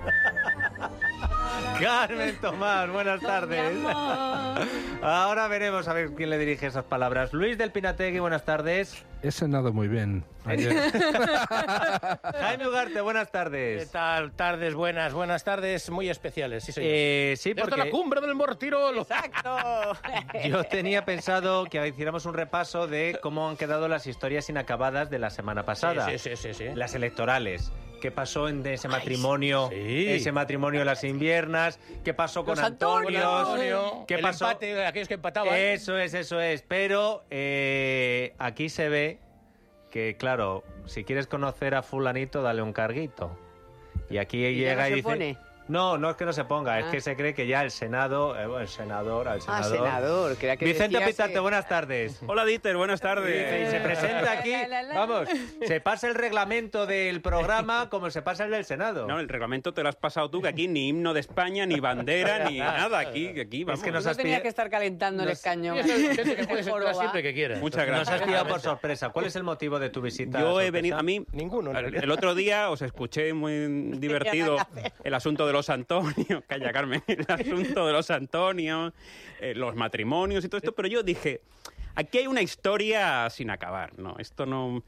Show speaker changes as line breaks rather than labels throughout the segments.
Carmen Tomás, buenas tardes. Ahora veremos a ver quién le dirige esas palabras. Luis del Pinategui, buenas tardes.
He cenado muy bien. ayer.
Jaime Ugarte, buenas
¿Qué
tardes.
tal? Tardes buenas, buenas tardes muy especiales, sí señor.
Eh, sí,
Desde
porque
la cumbre del Mortirolo.
Exacto. Yo tenía pensado que hiciéramos un repaso de cómo han quedado las historias inacabadas de la semana pasada.
Sí, sí, sí, sí, sí.
Las electorales. ¿Qué pasó en ese matrimonio?
sí.
Ese matrimonio las inviernas. ¿Qué pasó con
Los
Antonio?
Antonio,
¿Qué
el
pasó?
empate de aquellos que empataban.
Eso es, eso es. Pero eh, aquí se ve que, claro, si quieres conocer a fulanito, dale un carguito. Y aquí
ya
llega
no
y
se
dice...
pone?
No, no es que no se ponga, es
Ah.
que se cree que ya el Senado, eh, bueno, el senador, al
Ah,
senador.
senador. creía que
Vicente
decías
Pitate,
que- Eh,
buenas tardes.
Hola Dieter, buenas
Y
tardes.
se presenta aquí,
La, la, la, la.
vamos, se pasa el reglamento del programa como se pasa el del Senado.
No, el reglamento te lo has pasado tú, que aquí ni himno de España, ni bandera, ni nada. Aquí, que aquí vamos.
que nos
No
has
tenía
pillado-
que estar calentando el
Nos-
escaño.
Eso es gente que puede entrar
Joroba.
siempre que quiera.
Muchas
Nos
gracias.
has pillado por sorpresa. ¿Cuál es el motivo de tu visita?
Yo he
sorpresa?
venido a mí.
Ninguno, en
El
realidad.
el otro día os escuché muy divertido el asunto de los Antonios, calla Carmen, el asunto de los Antonios, eh, los matrimonios y todo esto, pero yo dije, aquí hay una historia sin acabar, ¿no? Esto no...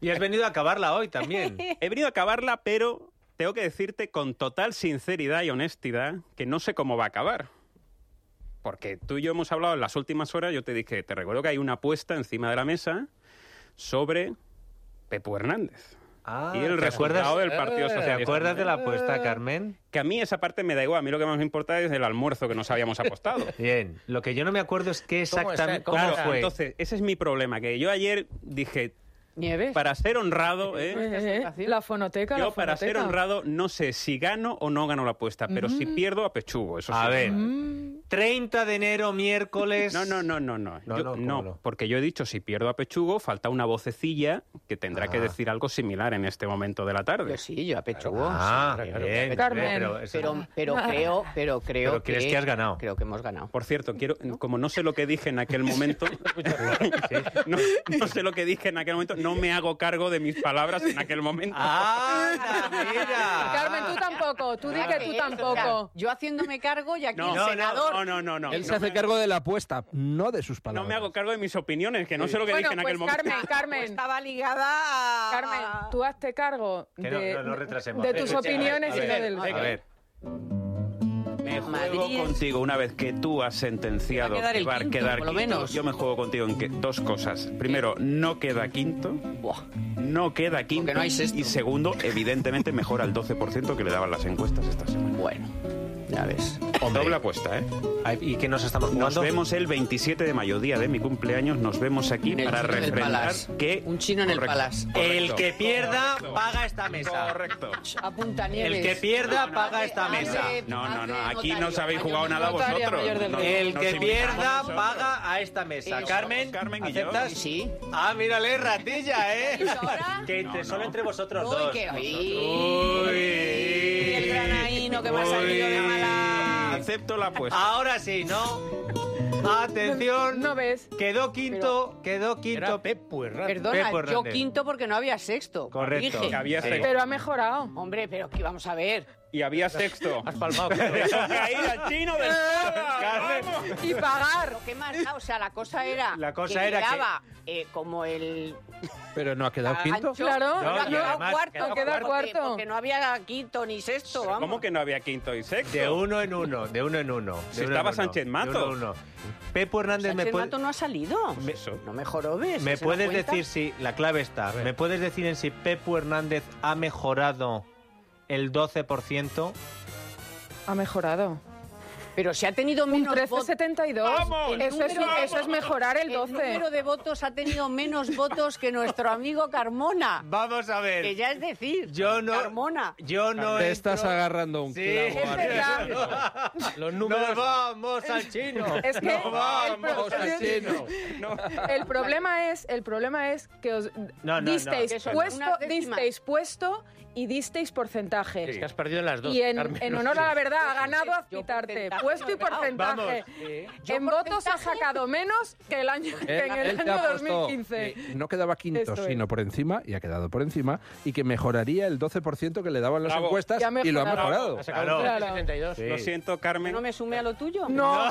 Y has venido a acabarla hoy también.
He venido a acabarla, pero tengo que decirte con total sinceridad y honestidad que no sé cómo va a acabar. Porque tú y yo hemos hablado en las últimas horas, yo te dije, te recuerdo que hay una apuesta encima de la mesa sobre Pepo Hernández
Ah,
y el
¿te acuerdas, Eh,
resultado del Partido
¿Te
Socialista.
acuerdas de la apuesta, Carmen?
Que a mí esa parte me da igual, a mí lo que más me importa es el almuerzo que nos habíamos apostado.
Bien, lo que yo no me acuerdo es qué
¿Cómo está?
exactamente cómo,
Claro,
fue.
Entonces, ese es mi problema, que yo ayer dije,
¿Nieves?
para ser honrado, ¿eh?
Eh, eh,
La fonoteca, la
Yo para ser
fonoteca. Mm.
honrado no sé si gano o no gano la apuesta, pero si pierdo apechugo, eso
A
sí. Mm.
ver, 30 de enero, miércoles.
No, no, no, no, no.
No,
Yo-
no, ¿cómo
no,
no?
porque yo he dicho si pierdo apechugo, falta una vocecilla que tendrá que
Ah.
decir algo similar en este momento de la tarde.
Yo sí, yo apechugo.
Ah,
Claro, claro.
bien,
Carmen,
bien, pero, eso-
Pero, pero creo, pero creo
Pero crees que has ganado.
Creo que hemos ganado.
Por cierto, quiero, como no sé lo que dije en aquel momento, no, no sé lo que dije en aquel momento, no me hago cargo de mis palabras en aquel momento.
Ah, ¡Anda, mira!
Carmen, tú tampoco. Tú
Ah,
di que tú tampoco.
Yo haciéndome cargo y aquí
No,
el
no,
senador.
no, no, no, no.
Él se
No
hace
me-
cargo de la apuesta, no de sus
No
palabras.
me hago cargo de mis opiniones, que no sé lo que
Bueno,
dije en
pues
aquel momento.
Carmen, Carmen,
Estaba ligada a.
Carmen, tú hazte cargo
Que no,
de,
no, no retrasemos.
de tus
Escucha,
opiniones
a
y no
ver,
del...
A ver,
Me juego
Madrid es-
contigo una vez que tú has sentenciado
Va a quedar
que
el
va a
quinto,
quedar
por lo
quinto.
menos.
Yo me juego contigo en que dos cosas. Primero, no queda quinto. No queda quinto.
no hay sexto.
y segundo, evidentemente mejora el 12% que le daban las encuestas esta semana.
Bueno, ya ves.
Doble apuesta, ¿eh?
ay, ¿y qué nos estamos
Nos
jugando?
vemos el 27 de mayo, día de mi cumpleaños. Nos vemos aquí
En el
para
chino del
refrendar
Palace.
que...
Un chino en el
Correcto,
Palace.
El
correcto,
que pierda
correcto,
paga esta mesa.
Correcto.
Apunta nieves.
El que pierda paga esta
Hazle-
mesa.
hazle-
No, no, no,
hazle
aquí no
notario,
os habéis
mayor-
jugado nada
notario
vosotros.
mayor del
No,
mundo.
El
nos
que
invitamos
pierda
nosotros.
paga a esta mesa.
Eso.
Carmen,
Carmen y yo.
¿aceptas?
Sí, sí.
Ah, mírale, ratilla, ¿eh?
¿Y ahora?
Que entre-
No, no.
solo entre vosotros
Uy,
dos.
que-
Uy.
Y el granaíno que me ha salido de mala.
Acepto la apuesta.
Pues Ahora sí, ¿no? Atención.
No ves.
Quedó quinto, quedó
Era
quinto.
Pepu Hernández.
Perdona,
Pepo
yo
Hernández.
quinto porque no había sexto.
Correcto.
Dije.
Que había
Sí.
sexto.
Pero ha mejorado.
Hombre, pero aquí vamos a ver.
Y había sexto.
Has palmado.
Caída al chino del
Carmen.
Y pagar.
Lo que más da, o sea, la cosa era.
La cosa era que-
quedaba, eh, como el.
Pero no ha quedado
Ah,
quinto.
ancho,
Claro.
pero
No,
ha
y
quedado
además
cuarto.
quedaba
porque-
cuarto.
Porque, no había quinto ni sexto, vamos.
¿Cómo que no había quinto y sexto?
De uno en uno, de uno en uno. de
Si
uno
estaba
en uno,
Sánchez
de
Mato.
uno en uno. Pepo Hernández,
Sánchez
¿me, puede-
Mato no ha salido.
Pues eso.
No me jorobes.
¿me
¿se da
puedes
cuenta?
decir si, la clave está, ¿me puedes decir en si Pepo Hernández ha mejorado el 12%?
Ha mejorado.
Pero si ha tenido menos votos.
1372.
¡Vamos!
Eso es,
Número-
eso es mejorar el
El número
12.
de votos ha tenido menos votos que nuestro amigo Carmona.
Vamos a ver.
Que ya es decir,
Yo no-
Carmona.
Yo no
Te
entro-
estás agarrando un
Sí.
clavo.
Es
Ariel.
verdad.
Los
Nos
números...
vamos al chino.
Es que
Nos vamos
el, pro-
al chino.
el problema es el problema es que os
no, no.
disteis
Que son
puesto,
unas décimas.
disteis puesto y disteis porcentaje.
Es que has perdido en las dos,
Y en,
Carmen.
en honor a la verdad ha ganado
Yo
Azpitarte.
porcentaje
puesto y porcentaje. En votos ha sacado menos que, el año, que
Él-
en
él
el
te
año
apostó
2015.
que no quedaba quinto,
Esto es.
sino por encima, y ha quedado por encima, y que mejoraría el 12% que le daban las
Bravo.
encuestas,
Ya ha
y lo ha
mejorado.
mejorado.
Ha sacado
Claro.
un
Claro.
72.
Sí.
Lo siento, Carmen.
¿No me sume a lo tuyo?
No,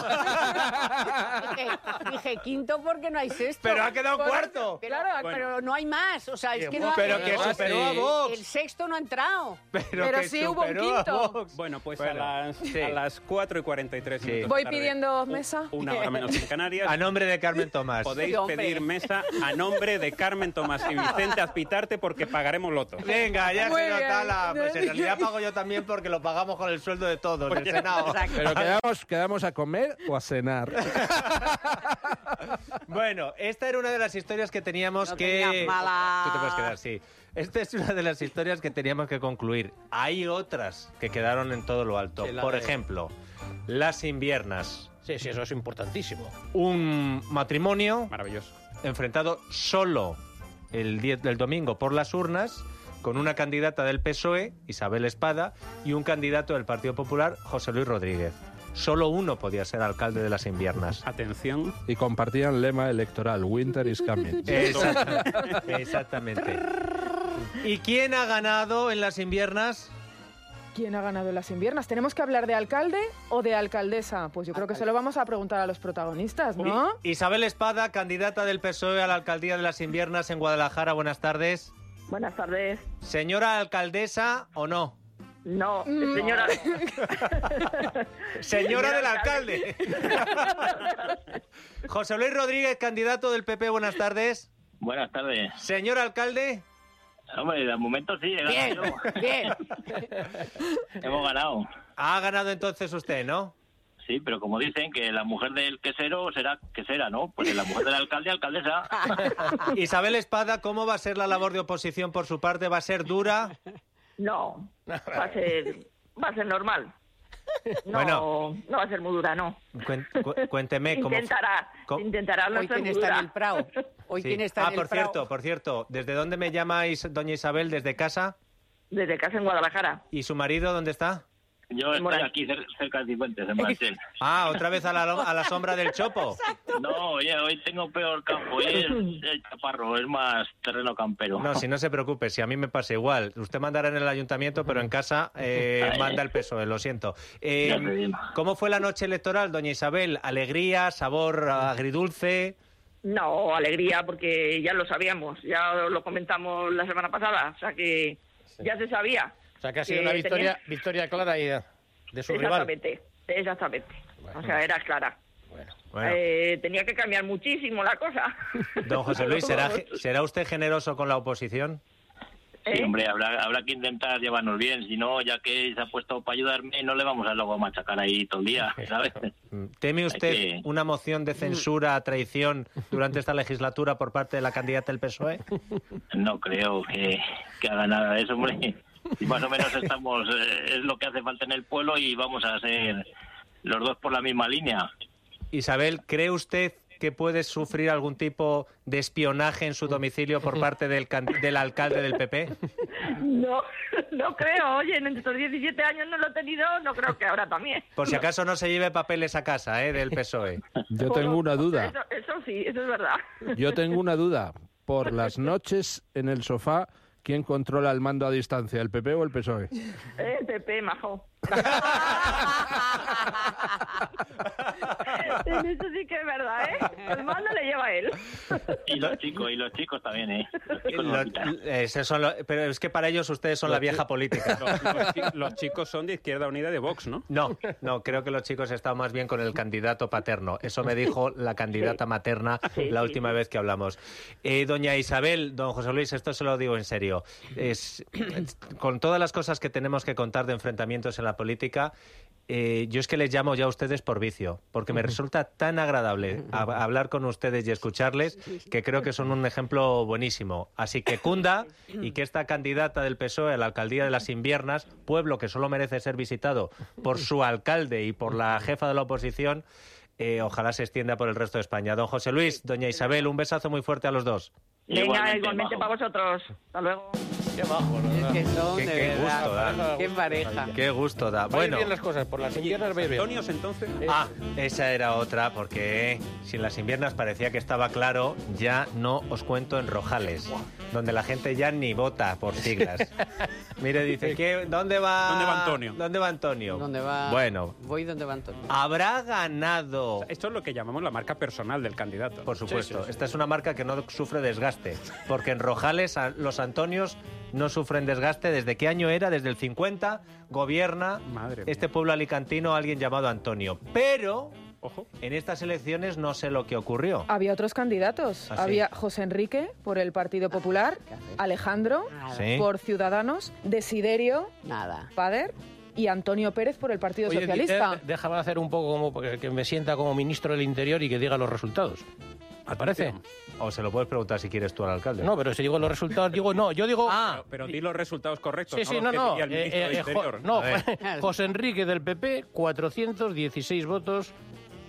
Dije, dije, quinto porque no hay sexto.
Pero ha quedado cuarto.
Pero,
Bueno.
pero no hay más. O sea, es que no ha-
Pero que
Pero
superó
sí.
a
El
Vox.
sexto no ha entrado.
Pero
que
sí hubo un
superó a
quinto.
Vox.
Bueno, pues
Bueno,
a, las,
sí.
a las 4 y 43
Sí.
minutos
voy
tarde,
pidiendo mesa.
Una hora menos en Canarias.
A nombre de Carmen Tomás.
Podéis
Sí, hombre.
pedir mesa a nombre de Carmen Tomás y Vicente Azpitarte porque pagaremos loto.
Venga, ya
Muy
se
bien.
nota la... Pues en realidad pago yo también porque lo pagamos con el sueldo de todos, del Senado.
Pero quedamos, quedamos a comer o a cenar.
Bueno, esta era una de las historias que teníamos
No
que...
tengas mala.
Tú te puedes quedar, sí. Esta es una de las historias que teníamos que concluir. Hay otras que quedaron en todo lo alto.
Sí, la
Por
de-
ejemplo, las inviernas.
Sí, sí, eso es importantísimo.
Un matrimonio
Maravilloso.
enfrentado solo el, 10 del domingo por las urnas con una candidata del PSOE, E, Isabel Espada, y un candidato del Partido Popular, José Luis Rodríguez. Solo uno podía ser alcalde de las inviernas.
Atención.
Y compartían lema electoral, Winter is coming.
Eh, Exacta- Exactamente. ¿Y quién ha ganado en las inviernas?
¿Quién ha ganado en las inviernas? ¿Tenemos que hablar de alcalde o de alcaldesa? Pues yo creo que se lo vamos a preguntar a los protagonistas, ¿no?
Isabel Espada, candidata del PSOE E a la alcaldía de las inviernas en Guadalajara. Buenas tardes.
Buenas tardes.
¿Señora alcaldesa o no?
No, señora.
Señora
Señora
del alcalde. José Luis Rodríguez, candidato del PP, buenas tardes.
Buenas tardes.
Señor alcalde,
Hombre, de momento sí, he ganado yo.
Bien.
hemos ganado.
ha ganado entonces usted, ¿no?
Sí, pero como dicen que la mujer del quesero será quesera, ¿no? Pues la mujer del alcalde, alcaldesa.
Ah,
Isabel Espada, ¿cómo va a ser la labor de oposición por su parte? ¿Va a ser dura?
No, va a ser, va a ser normal. No,
Bueno.
no va a ser muy dura, no.
Cuen- cu- cuénteme cómo... fu-
intentará,
cómo-
intentará no
Hoy
ser
quién
muy
está en el
dura.
Prado. Hoy
Sí.
quién está
ah,
en el
por
Prado.
cierto, por cierto, ¿desde dónde me llamáis, doña Isabel? ¿Desde casa?
Desde casa en Guadalajara.
¿Y su marido dónde está?
Yo estoy
Moral.
aquí cer- cerca de Cifuentes, en Marcel.
Ah, otra vez a la, a la sombra del chopo.
No, oye, hoy tengo peor campo. Hoy es el chaparro, es más terreno campero.
No, si no se preocupe, si a mí me pasa igual. Usted mandará en el ayuntamiento, pero en casa eh,
Ay.
manda el PSOE, lo siento. Eh,
Ya te digo.
¿Cómo fue la noche electoral, doña Isabel? ¿Alegría, sabor agridulce?
No, alegría, porque ya lo sabíamos, ya lo comentamos la semana pasada, o sea que ya se sabía.
O sea, que ha sido
que
una
tenía-
victoria, victoria clara y de, de su rival.
Exactamente, exactamente. O sea, era clara.
Bueno,
Eh, tenía que cambiar muchísimo la cosa.
don José Luis, ¿será, ge- será usted generoso con la oposición?
Sí,
¿Eh?
hombre, habrá, habrá que intentar llevarnos bien. Si no, ya que se ha puesto para ayudarme, no le vamos a luego machacar ahí todo el día, ¿sabes?
Mm, ¿Teme usted
que-
una moción de censura a traición durante esta legislatura por parte de la candidata del PSOE?
No creo que, que haga nada de eso, hombre. Y más o menos estamos, eh, es lo que hace falta en el pueblo y vamos a ser los dos por la misma línea.
Isabel, ¿cree usted que puede sufrir algún tipo de espionaje en su domicilio por parte del, can- del alcalde del PP?
No, no creo. Oye, en estos 17 años no lo he tenido, no creo que ahora también.
Por si acaso no se lleve papeles a casa, ¿eh? Del PSOE.
Yo tengo una duda.
Eso, eso sí, eso es verdad.
Yo tengo una duda. Por las noches en el sofá, ¿quién controla el mando a distancia, el PP o E? el PSOE?
Eh, Pepe, majo. En eso sí que es verdad, ¿eh? El mando le lleva a él.
Y los chicos, y los chicos también, ¿eh? Los chicos no
Lo-
lo quitan.
esos son lo- pero es que para ellos ustedes son la vieja política.
Los, los chi- los chicos son de Izquierda Unida y de Vox, ¿no?
No, no, creo que los chicos están más bien con el candidato paterno. Eso me dijo la candidata materna
Sí,
la
sí,
última vez que hablamos. Eh, doña Isabel, don José Luis, esto se lo digo en serio. Es, con todas las cosas que tenemos que contar de enfrentamientos en la política, eh, yo es que les llamo ya a ustedes por vicio, porque me resulta tan agradable a- hablar con ustedes y escucharles que creo que son un ejemplo buenísimo. Así que cunda y que esta candidata del PSOE E a la alcaldía de las Inviernas, pueblo que solo merece ser visitado por su alcalde y por la jefa de la oposición, eh, ojalá se extienda por el resto de España. Don José Luis, doña Isabel, un besazo muy fuerte a los dos.
Venga,
Igualmente,
igualmente
majo.
para vosotros. Hasta luego.
Qué majo, ¿no?
Es que son,
Qué-
de
qué
verdad.
gusto da.
Qué pareja.
Qué gusto da.
Bueno.
Bueno,
bien las cosas, por las inviernas va a ir bien.
Antonios, entonces. eh,
ah, esa era otra, porque si en las inviernas parecía que estaba claro, ya no os cuento en Rojales, donde la gente ya ni vota por siglas. Mire, dice, ¿qué- ¿dónde va?
¿Dónde va Antonio?
¿Dónde va Antonio?
¿Dónde va?
Bueno,
Voy donde va Antonio.
habrá ganado.
Esto es lo que llamamos la marca personal del candidato.
Por supuesto, esta es una marca que no sufre desgaste, porque en Rojales a- los Antonios no sufren desgaste. ¿Desde qué año era? Desde el 50 gobierna
Madre mía.
este pueblo alicantino alguien llamado Antonio. Pero
Ojo.
en estas elecciones no sé lo que ocurrió.
Ah.
Había otros candidatos.
¿Ah, sí?
Había José Enrique por el
Ah,
Partido Popular, Alejandro
Nada.
Sí.
por Ciudadanos, Desiderio
Nada.
Pader y Antonio Pérez por el Partido
Oye,
Socialista.
eh, déjame hacer un poco como porque- que me sienta como ministro del Interior y que diga los resultados. ¿Te parece?
O se lo puedes preguntar si quieres tú al alcalde. Ah,
No, pero si digo los resultados, digo no, yo digo
Pero, pero di los resultados correctos.
Ah, Sí, sí,
los
no,
que
no.
diría el
eh,
ministro
eh,
de
jo-
Interior.
no,
A ver.
José Enrique del PP, 416 votos,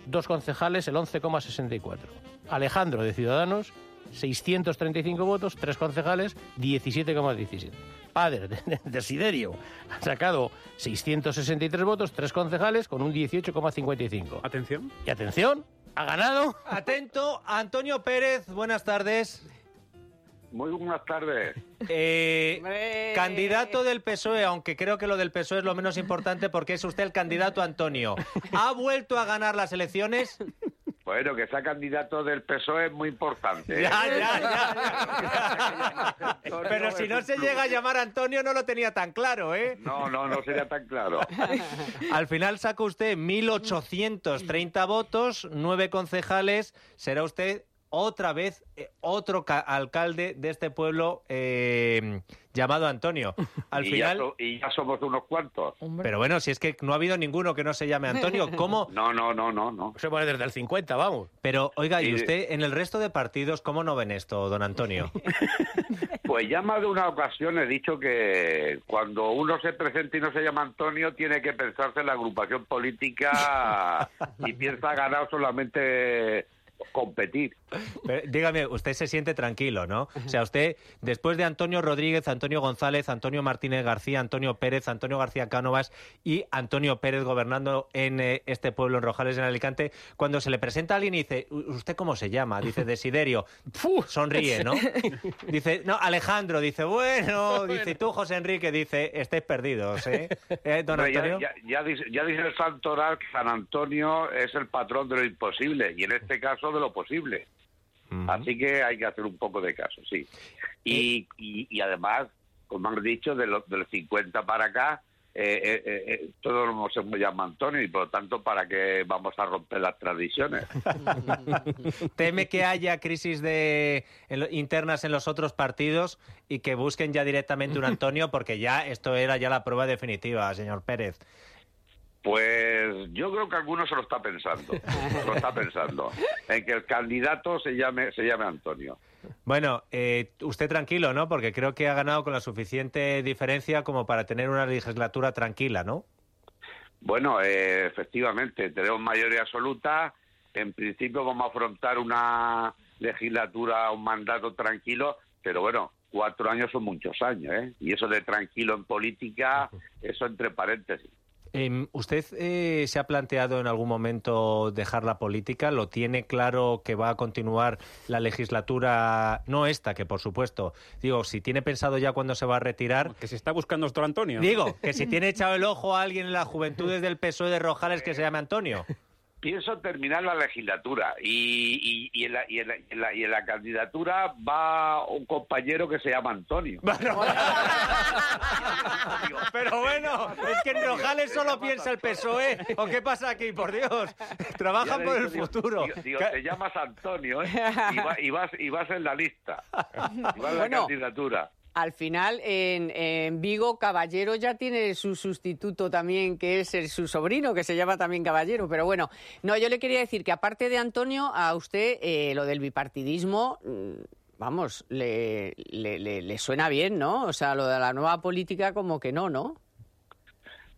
dos concejales, el 11,64. Alejandro de Ciudadanos, 635 votos, tres concejales, 17,17. Padre de, de- de Siderio ha sacado 663 votos, tres concejales, con un 18,55.
Atención.
Y atención, ha ganado.
Atento, Antonio Pérez, buenas tardes.
Muy buenas tardes.
Eh,
Hombre.
candidato del PSOE, E, aunque creo que lo del PSOE E es lo menos importante porque es usted el candidato Antonio. ¿Ha vuelto a ganar las elecciones?
Bueno, que sea candidato del PSOE E es muy importante. ¿eh?
Ya, ya, ya. Pero si no se llega a llamar Antonio, no lo tenía tan claro, ¿eh?
No, no, no sería tan claro.
Al final saca usted 1.830 votos, nueve concejales. Será usted otra vez eh, otro ca- alcalde de este pueblo eh, llamado Antonio. Al
y, ya
final.
so- y ya somos unos cuantos.
Pero bueno, si es que no ha habido ninguno que no se llame Antonio, ¿cómo?
No, no, no, no, no.
Se pone desde el 50, vamos.
Pero oiga, ¿y
Sí.
usted en el resto de partidos cómo no ven esto, don Antonio?
Pues ya más de una ocasión he dicho que cuando uno se presenta y no se llama Antonio, tiene que pensarse en la agrupación política y piensa ganar solamente competir.
Pero, dígame, usted se siente tranquilo, ¿no? O sea, usted, después de Antonio Rodríguez, Antonio González, Antonio Martínez García, Antonio Pérez, Antonio García Cánovas y Antonio Pérez gobernando en eh, este pueblo, en Rojales, en Alicante, cuando se le presenta a alguien y dice, "U- ¿usted cómo se llama? Dice, Desiderio. ¡Fu! Sonríe, ¿no? Dice, no, Alejandro, dice, bueno, dice, "Y tú, José Enrique, dice, estáis perdidos, ¿eh? ¿Eh, don
Hombre, ya-
Antonio?
Ya, ya dice, ya dice el santoral que San Antonio es el patrón de lo imposible y en este caso de lo posible.
Ujú.
Así que hay que hacer un poco de caso, sí. Y, y, y además, como han dicho, de los, de los 50 para acá, eh, eh, eh, eh, todos nos hemos llamado Antonio y por lo tanto, ¿para qué vamos a romper las tradiciones?
¿Teme que haya crisis de en lo- internas en los otros partidos y que busquen ya directamente un Antonio? Porque ya esto era ya la prueba definitiva, señor Pérez.
Pues yo creo que alguno se lo está pensando, se lo está pensando, en que el candidato se llame, se llame Antonio.
Bueno, eh, usted tranquilo, ¿no? Porque creo que ha ganado con la suficiente diferencia como para tener una legislatura tranquila, ¿no?
Bueno, eh, efectivamente, tenemos mayoría absoluta. En principio vamos a afrontar una legislatura, un mandato tranquilo, pero bueno, cuatro años son muchos años, ¿eh? Y eso de tranquilo en política, eso entre paréntesis.
Em, ¿Usted eh, se ha planteado en algún momento dejar la política? ¿Lo tiene claro que va a continuar la legislatura? No esta, que por supuesto. Digo, si tiene pensado ya cuándo se va a retirar,
Que se está buscando otro Antonio.
Digo, que si tiene echado el ojo a alguien en las juventudes del PSOE E de Rojales que se llama Antonio.
Pienso terminar la legislatura y, y- y en, la, y en la- y en la- y en la candidatura va un compañero que se llama Antonio.
Pero bueno, es que en Rojales solo piensa el PSOE. ¿O qué pasa aquí, por Dios?
Ya
Trabajan
le
por
digo,
el
digo,
futuro.
digo, digo,
Ca-
te llamas Antonio ¿eh? y, va- y vas, y vas en la lista. Y vas en la
Bueno.
candidatura.
Al final, en, en Vigo, Caballero ya tiene su sustituto también, que es el- su sobrino, que se llama también Caballero. Pero bueno, no, yo le quería decir que aparte de Antonio, a usted eh, lo del bipartidismo, mm, vamos, le, le- le- le suena bien, ¿no? O sea, lo de la nueva política como que no, ¿no?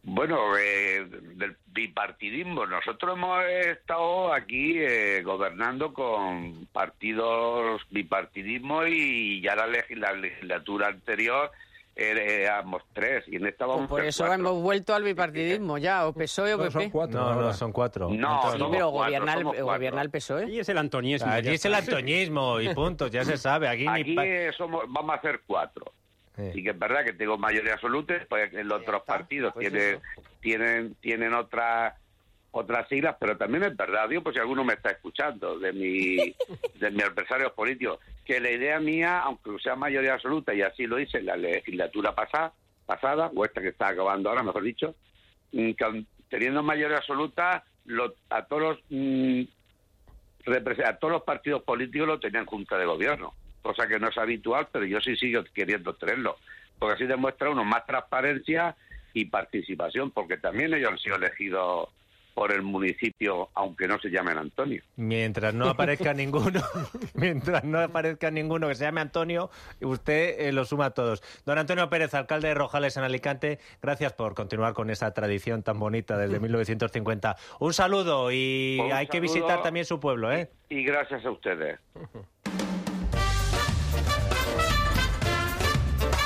Bueno, eh, del bipartidismo. Nosotros hemos estado aquí eh, gobernando con partidos bipartidismo y ya la, leg- la legislatura anterior eh, éramos tres y en esta vamos
Pues por
a ser
eso
cuatro.
hemos vuelto al bipartidismo ya, o PSOE o
No, son
PP.
cuatro.
No, no,
ahora.
son cuatro.
No,
Entonces,
Sí,
somos
pero
cuatro,
gobierna, el,
somos cuatro.
gobierna el PSOE.
Allí es el antonismo.
allí
ya
es el
está.
antoñismo y punto, ya se sabe. Aquí, ni
Pues Aquí
pa-
eh, somos, vamos a hacer cuatro.
Sí.
Y que es verdad que tengo mayoría absoluta, pues en los
Ya
otros
está,
partidos
pues
tienen,
eso.
tienen, tienen otras otras siglas, pero también es verdad, digo, pues si alguno me está escuchando de mi de mis adversarios políticos, que la idea mía, aunque sea mayoría absoluta, y así lo hice en la legislatura pasada, pasada o esta que está acabando ahora, mejor dicho, mm, que teniendo mayoría absoluta, lo- a todos los mm, represe- a todos los partidos políticos lo tenían junta de gobierno, cosa que no es habitual, pero yo sí sigo queriendo tenerlo, porque así demuestra uno más transparencia y participación, porque también ellos han sido elegidos por el municipio, aunque no se llamen Antonio.
Mientras no aparezca ninguno, mientras no aparezca ninguno que se llame Antonio, usted eh, lo suma a todos. Don Antonio Pérez, alcalde de Rojales en Alicante, gracias por continuar con esa tradición tan bonita desde 1950. Un saludo y
Un
hay que
saludo.
visitar también su pueblo, ¿eh?
Y gracias a ustedes.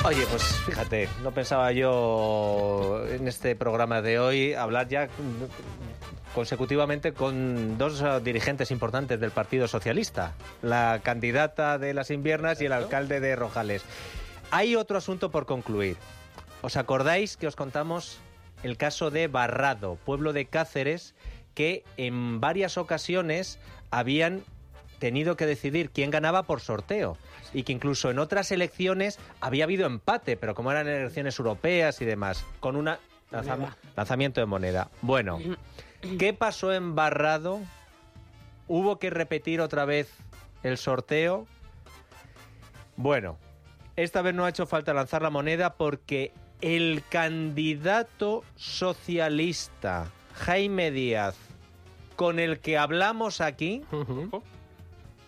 Oye, pues fíjate, no pensaba yo en este programa de hoy hablar ya mm, consecutivamente con dos eh, dirigentes importantes del Partido Socialista, la candidata de las inviernas y el alcalde de Rojales. Hay otro asunto por concluir. ¿Os acordáis que os contamos el caso de Barrado, pueblo de Cáceres, que en varias ocasiones habían tenido que decidir quién ganaba por sorteo y que incluso en otras elecciones había habido empate, pero como eran elecciones europeas y demás, con un
Moneda.
lanzamiento de moneda. Bueno, ¿qué pasó en Barrado? ¿Hubo que repetir otra vez el sorteo? Bueno, esta vez no ha hecho falta lanzar la moneda porque el candidato socialista Jaime Díaz, con el que hablamos aquí,
Ujú.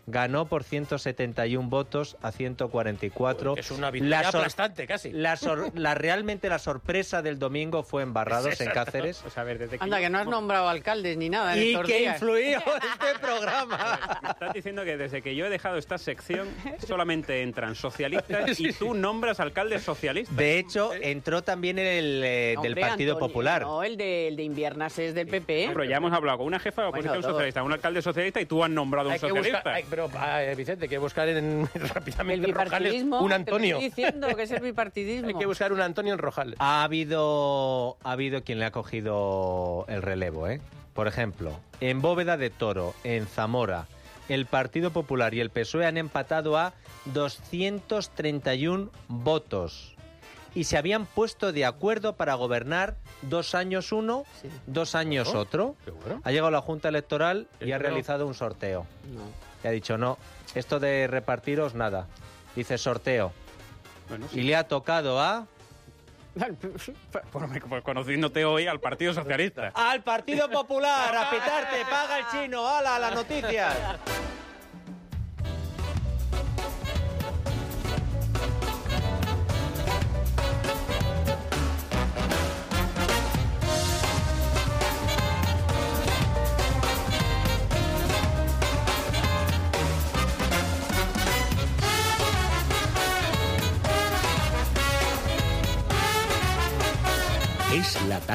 ganó por 171 votos a 144.
Es una victoria
La sor-
aplastante, casi.
La sor- la- realmente la sorpresa del domingo fue en Barrados, en Cáceres.
Pues a ver, desde que
Anda,
yo-
que no has nombrado alcaldes ni nada en
Y
estos
que
días.
influyó este programa.
Me Estás diciendo que desde que yo he dejado esta sección solamente entran socialistas y tú nombras alcaldes socialistas.
De hecho, entró también el eh, del
Hombre,
Partido
Antonio,
Popular.
No, el de, el de inviernas es del ¿eh? PP.
¿Eh?
No, pero ya hemos hablado con una jefa de la
Bueno,
oposición
todo.
socialista, un alcalde socialista y tú has nombrado a un
Hay que
socialista.
buscar, hay- pero ah, eh, Vicente, hay que buscar en,
El
rápidamente en Rojales
bipartidismo.
un
te lo
Antonio.
estoy diciendo que es el
Hay
bipartidismo.
que buscar un Antonio en Rojales.
Ha habido, ha habido quien le ha cogido el relevo, ¿eh? Por ejemplo, en Bóveda de Toro, en Zamora, el Partido Popular y el PSOE E han empatado a 231 votos y se habían puesto de acuerdo para gobernar dos años uno,
Sí.
dos años
Ojo.
otro.
Qué bueno.
Ha llegado la Junta Electoral y
Yo
ha
creo-
realizado un sorteo.
No.
Y ha dicho, no, esto de repartiros, nada. Dice sorteo.
Bueno,
Y
sí,
le ha tocado a...
por- por- pues, conociéndote hoy al Partido Socialista.
Al Partido Popular, a pitarte, paga el chino, ala, a las noticias.
Es la